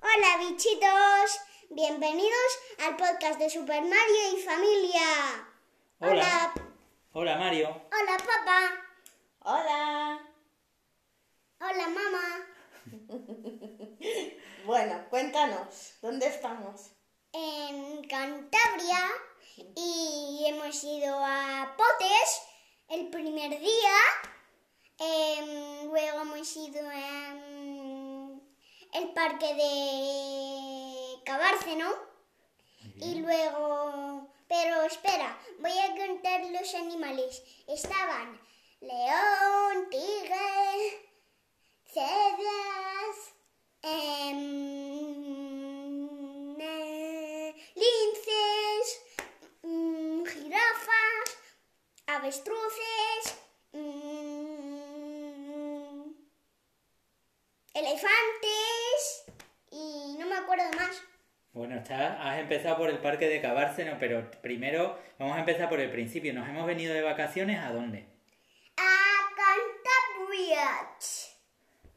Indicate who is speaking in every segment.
Speaker 1: Hola bichitos, bienvenidos al podcast de Super Mario y familia.
Speaker 2: Hola. Hola, Mario.
Speaker 1: hola papá,
Speaker 3: Hola.
Speaker 1: hola mamá.
Speaker 3: Bueno, cuéntanos, ¿dónde estamos?
Speaker 1: En Cantabria y hemos ido a Potes el primer día. Em, luego hemos ido a el parque de Cabárceno. Y luego... Pero espera, voy a contar los animales. Estaban león, tigre, cebras, em, eh, linces, mm, jirafas, avestruces, mm, elefantes y no me acuerdo más.
Speaker 2: Bueno, está, has empezado por el parque de Cabárceno, pero primero vamos a empezar por el principio. Nos hemos venido de vacaciones a dónde?
Speaker 1: A Cantabria.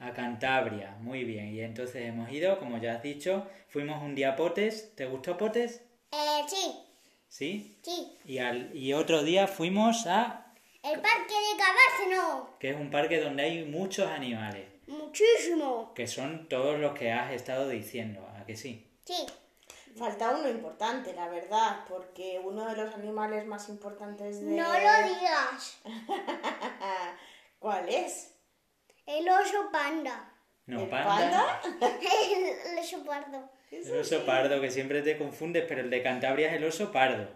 Speaker 2: A Cantabria. Muy bien. Y entonces hemos ido, como ya has dicho, fuimos un día a Potes. ¿Te gustó Potes?
Speaker 1: Eh, sí,
Speaker 2: Sí.
Speaker 1: sí.
Speaker 2: Y, al, y otro día fuimos a...
Speaker 1: El parque de Cabárceno.
Speaker 2: que es un parque donde hay muchos animales,
Speaker 1: Muchísimo.
Speaker 2: que son todos los que has estado diciendo, ¿a que sí?
Speaker 1: Sí.
Speaker 3: Falta uno importante, la verdad, porque uno de los animales más importantes de...
Speaker 1: No lo digas.
Speaker 3: ¿Cuál es?
Speaker 1: El oso panda.
Speaker 2: No,
Speaker 3: ¿El
Speaker 1: El oso pardo.
Speaker 2: El oso pardo, que siempre te confundes, pero el de Cantabria es el oso pardo.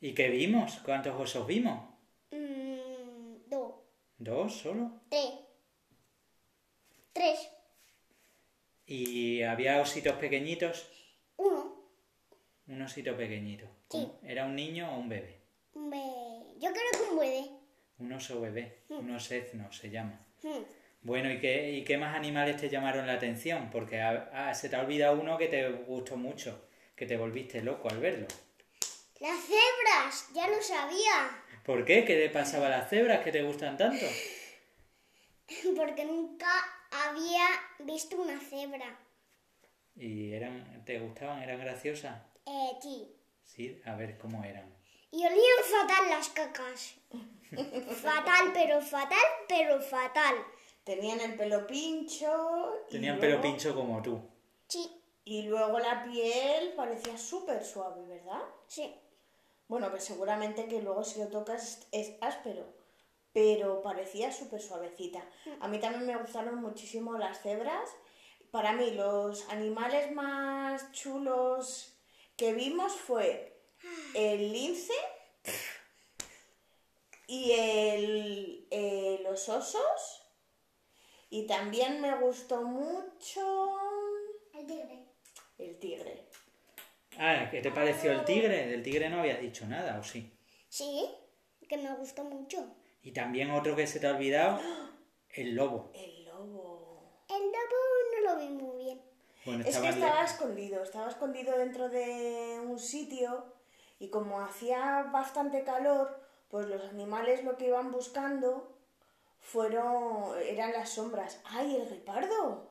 Speaker 2: ¿Y qué vimos? ¿Cuántos osos vimos?
Speaker 1: Mm, dos,
Speaker 2: ¿Dos solo?
Speaker 1: tres. Tres.
Speaker 2: ¿Y había ositos pequeñitos?
Speaker 1: Uno.
Speaker 2: Un osito pequeñito.
Speaker 1: Sí.
Speaker 2: ¿Era un niño o un bebé?
Speaker 1: Un be- Yo creo que un bebé.
Speaker 2: Un oso bebé, un osezno se llama.
Speaker 1: Mm.
Speaker 2: Bueno, ¿y qué, ¿y qué más animales te llamaron la atención? Porque ah, se te ha olvidado uno que te gustó mucho, que te volviste loco al verlo.
Speaker 1: Las cebras, ya lo sabía.
Speaker 2: ¿Por qué? ¿Qué le pasaba a las cebras que te gustan tanto?
Speaker 1: Porque nunca había visto una cebra.
Speaker 2: ¿Y eran, te gustaban? ¿Eran graciosas?
Speaker 1: Eh, sí.
Speaker 2: Sí, a ver cómo eran.
Speaker 1: Y olían fatal las cacas. fatal, pero fatal, pero fatal.
Speaker 3: Tenían el pelo pincho... y
Speaker 2: Tenían
Speaker 3: luego-
Speaker 2: pelo pincho como tú.
Speaker 1: Sí,
Speaker 3: Y luego la piel parecía súper suave, ¿verdad?
Speaker 1: sí.
Speaker 3: Bueno, que seguramente que luego si lo tocas es áspero, pero parecía súper suavecita. A mí también me gustaron muchísimo las cebras. Para mí los animales más chulos que vimos fue el lince y el, eh, los osos. Y también me gustó mucho
Speaker 1: El tigre.
Speaker 3: el tigre.
Speaker 2: Ah, ¿qué te pareció el tigre? Del tigre no habías dicho nada, ¿o sí?
Speaker 1: Sí, que me gustó mucho.
Speaker 2: Y también otro que se te ha olvidado,
Speaker 3: ¡Ah!
Speaker 2: el lobo.
Speaker 3: El lobo.
Speaker 1: El lobo no lo vi muy bien.
Speaker 2: Bueno,
Speaker 3: Es que
Speaker 2: estaban
Speaker 3: estaba
Speaker 2: lejos.
Speaker 3: escondido, estaba escondido dentro de un sitio y como hacía bastante calor, pues los animales lo que iban buscando fueron eran las sombras. ¡Ay, el guepardo!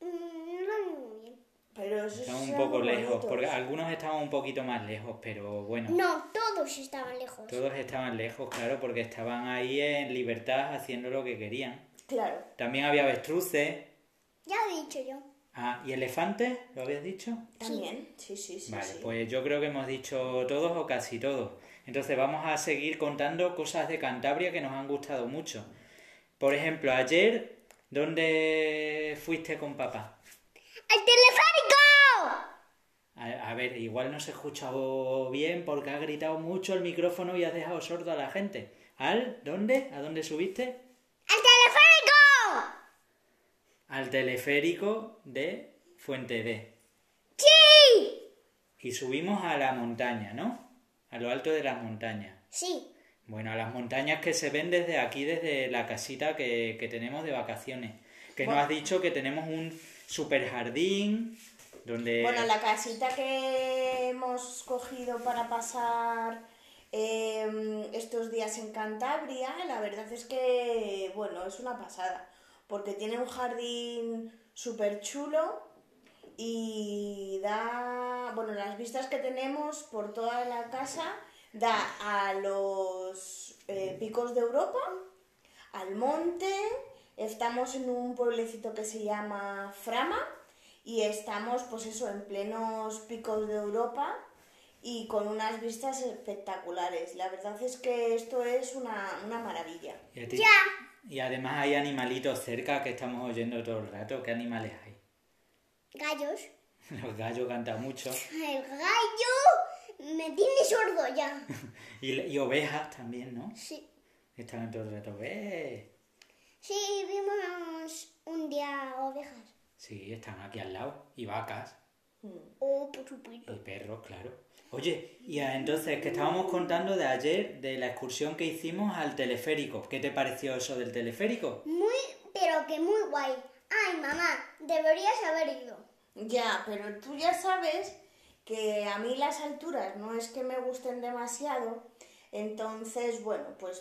Speaker 1: Mm, no lo vi muy bien.
Speaker 3: Pero eso
Speaker 2: Estaban un poco lejos, porque algunos estaban un poquito más lejos, pero bueno,
Speaker 1: No, todos estaban lejos.
Speaker 2: todos estaban lejos, claro, porque estaban ahí en libertad haciendo lo que querían.
Speaker 3: Claro,
Speaker 2: También había avestruces.
Speaker 1: Ya lo he dicho yo.
Speaker 2: Ah, ¿y elefantes? ¿Lo habías dicho?
Speaker 3: también. Sí, sí, sí.
Speaker 2: Vale,
Speaker 3: sí.
Speaker 2: pues yo creo que hemos dicho todos o casi todos. Entonces vamos a seguir contando cosas de Cantabria que nos han gustado mucho. Por ejemplo, ayer, ¿dónde fuiste con papá?
Speaker 1: ¡El teleférico!
Speaker 2: A, a ver, igual no se ha escuchado bien porque ha gritado mucho el micrófono y has dejado sordo a la gente. ¿Al? ¿Dónde? ¿A dónde subiste?
Speaker 1: ¡El teleférico!
Speaker 2: Al teleférico de Fuente D.
Speaker 1: ¡Sí!
Speaker 2: Y subimos a la montaña, ¿no? A lo alto de las montañas.
Speaker 1: Sí,
Speaker 2: Bueno, a las montañas que se ven desde aquí, desde la casita que, que tenemos de vacaciones. Que nos has dicho que tenemos un super jardín donde...
Speaker 3: Bueno, la casita que hemos cogido para pasar eh, estos días en Cantabria, la verdad es que, bueno, es una pasada, porque tiene un jardín súper chulo y da, bueno, las vistas que tenemos por toda la casa da a los eh, picos de Europa, al monte, estamos en un pueblecito que se llama Frama y estamos pues eso, en plenos picos de Europa y con unas vistas espectaculares. La verdad es que esto es una, una maravilla.
Speaker 2: ¿Y, a ti?
Speaker 1: Ya.
Speaker 2: Y además hay animalitos cerca que estamos oyendo todo el rato. ¿Qué animales hay?
Speaker 1: Gallos.
Speaker 2: Los gallos cantan mucho.
Speaker 1: El gallo me tiene sordo ya.
Speaker 2: Y, y ovejas también, ¿no?
Speaker 1: Sí.
Speaker 2: Están todo el rato. "Eh". "Ve".
Speaker 1: Sí, vimos un día ovejas.
Speaker 2: Sí, están aquí al lado. Y vacas.
Speaker 3: Mm.
Speaker 1: Oh, por
Speaker 2: Y
Speaker 1: supuesto.
Speaker 2: perros, claro. Oye, y a- entonces, que estábamos contando de ayer, de la excursión que hicimos al teleférico. ¿Qué te pareció eso del teleférico?
Speaker 1: Muy, pero que muy guay. Ay, mamá, deberías haber ido.
Speaker 3: Ya, pero tú ya sabes que a mí las alturas no es que me gusten demasiado, entonces, bueno, pues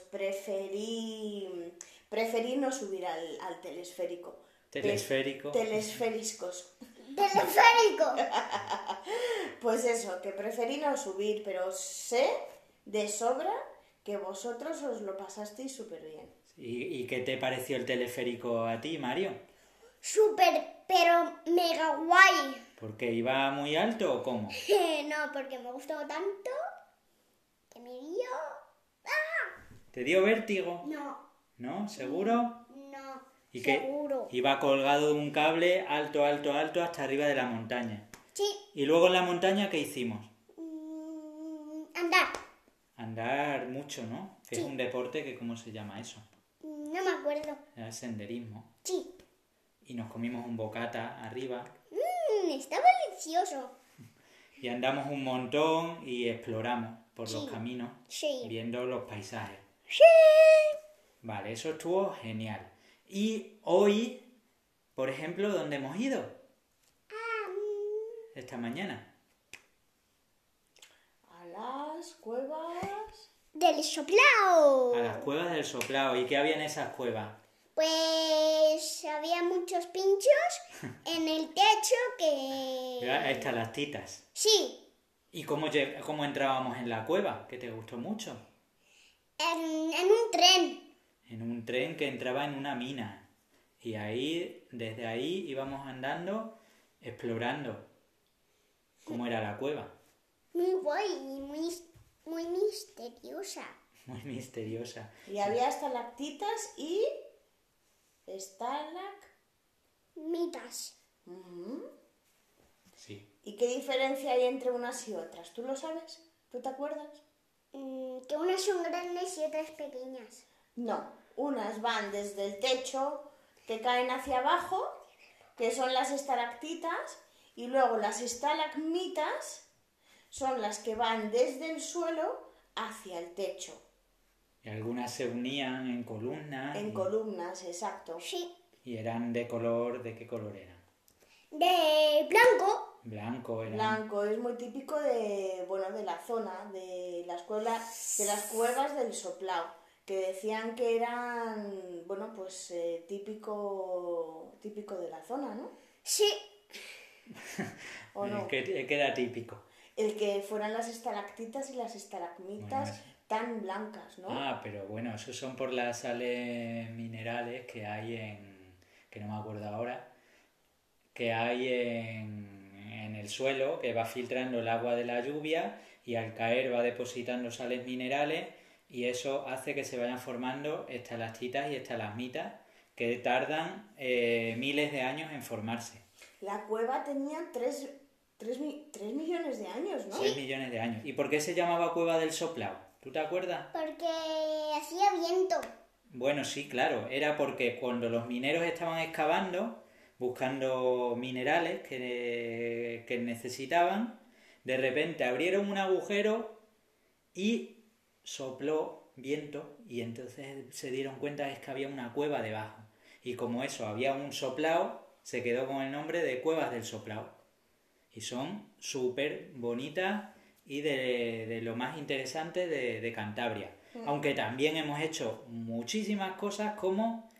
Speaker 3: preferí, preferí no subir al, al telesférico. Pe-
Speaker 2: Telesférico.
Speaker 3: Telesferiscos.
Speaker 1: Teleférico.
Speaker 3: Pues eso, que preferí no subir, pero sé de sobra que vosotros os lo pasasteis súper bien.
Speaker 2: ¿Y, y qué te pareció el teleférico a ti, Mario?
Speaker 1: Súper, pero mega guay.
Speaker 2: ¿Porque iba muy alto o cómo?
Speaker 1: no, porque me gustó tanto que me dio.
Speaker 2: ¿Te dio vértigo?
Speaker 1: No,
Speaker 2: ¿No? ¿Seguro?
Speaker 1: no.
Speaker 2: ¿Y qué?
Speaker 1: seguro.
Speaker 2: Iba colgado de un cable alto, alto, alto hasta arriba de la montaña.
Speaker 1: Sí.
Speaker 2: ¿Y luego en la montaña qué hicimos?
Speaker 1: Mm, andar.
Speaker 2: Andar mucho, ¿no? Que es
Speaker 1: Sí.
Speaker 2: un deporte que, ¿cómo se llama eso?
Speaker 1: Mm, No me acuerdo.
Speaker 2: Era senderismo.
Speaker 1: Sí.
Speaker 2: Y nos comimos un bocata arriba
Speaker 1: Mm, estaba delicioso.
Speaker 2: y andamos un montón y exploramos por los
Speaker 1: Sí.
Speaker 2: caminos,
Speaker 1: Sí.
Speaker 2: viendo los paisajes.
Speaker 1: Sí.
Speaker 2: Vale, eso estuvo genial. Y hoy, por ejemplo, ¿dónde hemos ido?
Speaker 1: Ah, mm.
Speaker 2: Esta mañana.
Speaker 3: A las cuevas.
Speaker 1: Del soplao.
Speaker 2: A las cuevas del soplao. ¿Y qué había en esas cuevas?
Speaker 1: Pues había muchos pinchos en el techo
Speaker 2: Era eh.
Speaker 1: que...
Speaker 2: Estalactitas.
Speaker 1: Sí,
Speaker 2: ¿Y cómo, lle- cómo entrábamos en la cueva? Que te gustó mucho.
Speaker 1: en, en un tren.
Speaker 2: En un tren que entraba en una mina. Y ahí, desde ahí, íbamos andando, explorando cómo era la cueva.
Speaker 1: Muy guay y muy, muy misteriosa.
Speaker 2: Muy misteriosa.
Speaker 3: Y había estalactitas y estalac...
Speaker 1: Mitas.
Speaker 3: Ujú.
Speaker 2: Sí.
Speaker 3: ¿Y qué diferencia hay entre unas y otras? ¿Tú lo sabes? ¿Tú te acuerdas?
Speaker 1: Mm, que unas son grandes y otras pequeñas.
Speaker 3: No, unas van desde el techo, que caen hacia abajo, que son las estalactitas, y luego las estalagmitas son las que van desde el suelo hacia el techo,
Speaker 2: Y algunas se unían en columnas.
Speaker 3: en
Speaker 2: y-
Speaker 3: columnas, exacto.
Speaker 1: Sí.
Speaker 2: Y eran de color, ¿de qué color eran?
Speaker 1: De blanco.
Speaker 2: Blanco eran.
Speaker 3: Blanco es muy típico de, bueno, de la zona, de las cuevas, de las cuevas del soplao, que decían que eran, bueno, pues eh, típico, típico de la zona, ¿no?
Speaker 1: Sí.
Speaker 3: ¿O no?
Speaker 2: Que, que era típico.
Speaker 3: El que fueran las estalactitas y las estalagmitas
Speaker 2: Bueno,
Speaker 3: tan blancas, ¿no?
Speaker 2: Ah, pero bueno, esos son por las sales minerales que hay en. que no me acuerdo ahora. que hay en, en el suelo, que va filtrando el agua de la lluvia y al caer va depositando sales minerales y eso hace que se vayan formando estalactitas y estalagmitas que tardan eh, miles de años en formarse.
Speaker 3: La cueva tenía 3, millones de años, ¿no?
Speaker 2: 6 millones de años. ¿Y por qué se llamaba Cueva del Soplao? ¿Tú te acuerdas?
Speaker 1: Porque hacía viento.
Speaker 2: Bueno, sí, claro, era porque cuando los mineros estaban excavando, buscando minerales que, que necesitaban, de repente abrieron un agujero y sopló viento y entonces se dieron cuenta es que había una cueva debajo. Y como eso, había un soplao, se quedó con el nombre de Cuevas del Soplao. Y son súper bonitas y de, de lo más interesante de, de Cantabria.
Speaker 3: Mm.
Speaker 2: Aunque también hemos hecho muchísimas cosas como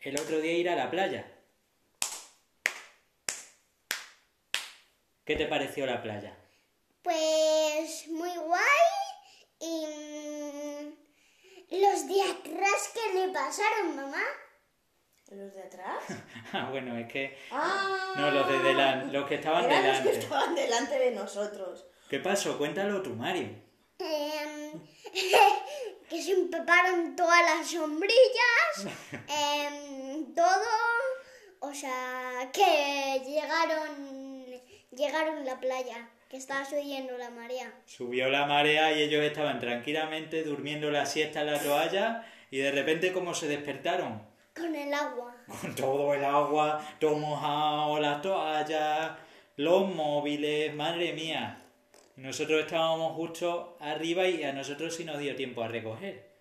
Speaker 2: el otro día ir a la playa. ¿Qué te pareció la playa?
Speaker 1: Pues muy guay y mm, los de atrás que le pasaron, mamá.
Speaker 3: ¿Los de atrás?
Speaker 2: Ah, bueno, es que...
Speaker 3: ¡Ah!
Speaker 2: No, los de delante, los que estaban
Speaker 3: Eran los que
Speaker 2: delante.
Speaker 3: estaban delante de nosotros.
Speaker 2: ¿Qué pasó? Cuéntalo tú, Mario.
Speaker 1: Em, que se empaparon todas las sombrillas, em, todo, o sea, que llegaron, llegaron a la playa, que estaba subiendo la marea.
Speaker 2: Subió la marea y ellos estaban tranquilamente durmiendo la siesta en la toalla y de repente como se despertaron
Speaker 1: Con el agua.
Speaker 2: con todo el agua, todo mojado, las toallas, los móviles, madre mía. Nosotros estábamos justo arriba y a nosotros sí nos dio tiempo a recoger.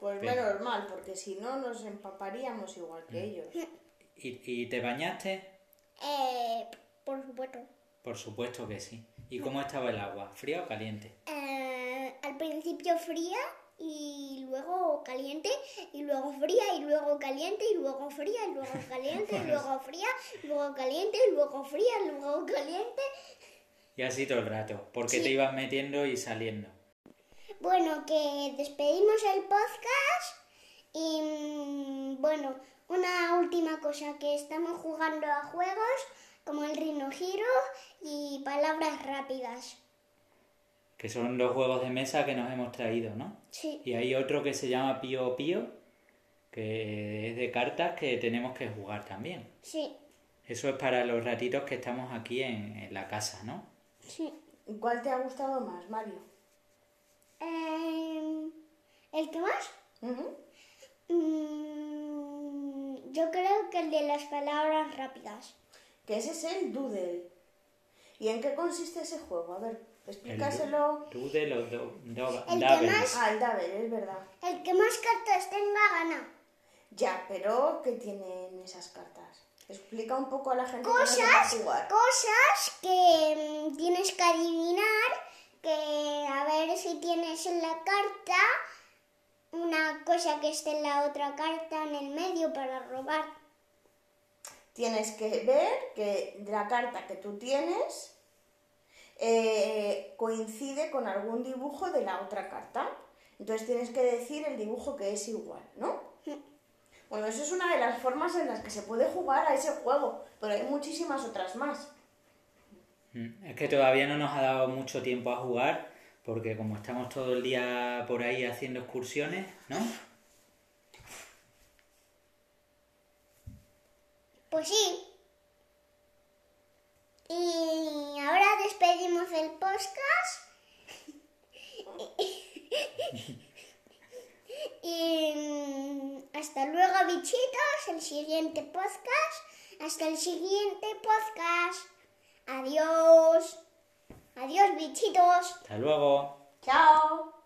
Speaker 3: Pues
Speaker 2: Bien.
Speaker 3: menos mal, porque si no nos empaparíamos igual
Speaker 2: Mm.
Speaker 3: que ellos.
Speaker 2: ¿Y, y te bañaste?
Speaker 1: Eh, por supuesto.
Speaker 2: Por supuesto que sí. ¿Y cómo estaba el agua? ¿Fría o caliente?
Speaker 1: Eh, al principio fría y luego caliente y luego fría y luego caliente y luego fría y luego caliente y luego fría y luego caliente y luego fría y luego caliente.
Speaker 2: Y así todo el rato, porque
Speaker 1: Sí.
Speaker 2: te ibas metiendo y saliendo.
Speaker 1: Bueno, que despedimos el podcast y mm, bueno, una última cosa que estamos jugando a juegos como el Rino Giro y palabras rápidas.
Speaker 2: Que son los juegos de mesa que nos hemos traído, ¿no?
Speaker 1: Sí.
Speaker 2: Y hay otro que se llama Pío Pío, que es de cartas que tenemos que jugar también.
Speaker 1: Sí,
Speaker 2: Eso es para los ratitos que estamos aquí en, en la casa, ¿no?
Speaker 1: sí.
Speaker 3: ¿Y ¿Cuál te ha gustado más, Mario?
Speaker 1: Em, ¿El que más?
Speaker 3: Ujú.
Speaker 1: Mm, yo creo que el de las palabras rápidas.
Speaker 3: Que ese es el Doodle. ¿Y en qué consiste ese juego? A ver,
Speaker 2: El
Speaker 3: explícaselo.
Speaker 2: du- Tú de los do- do-
Speaker 1: El que
Speaker 2: doubles.
Speaker 1: más-
Speaker 3: Ah, el Dabel, es verdad.
Speaker 1: El que más cartas tenga gana.
Speaker 3: Ya, pero ¿qué tienen esas cartas? Explica un poco a la gente que no sepa
Speaker 1: Cosas,
Speaker 3: jugar.
Speaker 1: cosas que mm, tienes que adivinar, que a ver si tienes en la carta una cosa que esté en la otra carta en el medio para robar.
Speaker 3: Tienes que ver que la carta que tú tienes eh, coincide con algún dibujo de la otra carta. Entonces tienes que decir el dibujo que es igual, ¿no? Bueno, eso es una de las formas en las que se puede jugar a ese juego, pero hay muchísimas otras más.
Speaker 2: Mm, Es que todavía no nos ha dado mucho tiempo a jugar, porque como estamos todo el día por ahí haciendo excursiones, ¿no?
Speaker 1: Pues sí. Y ahora despedimos el podcast. y mm, hasta luego, bichitos, el siguiente podcast. Hasta el siguiente podcast. Adiós. Adiós, bichitos.
Speaker 2: Hasta luego.
Speaker 3: ¡Chao!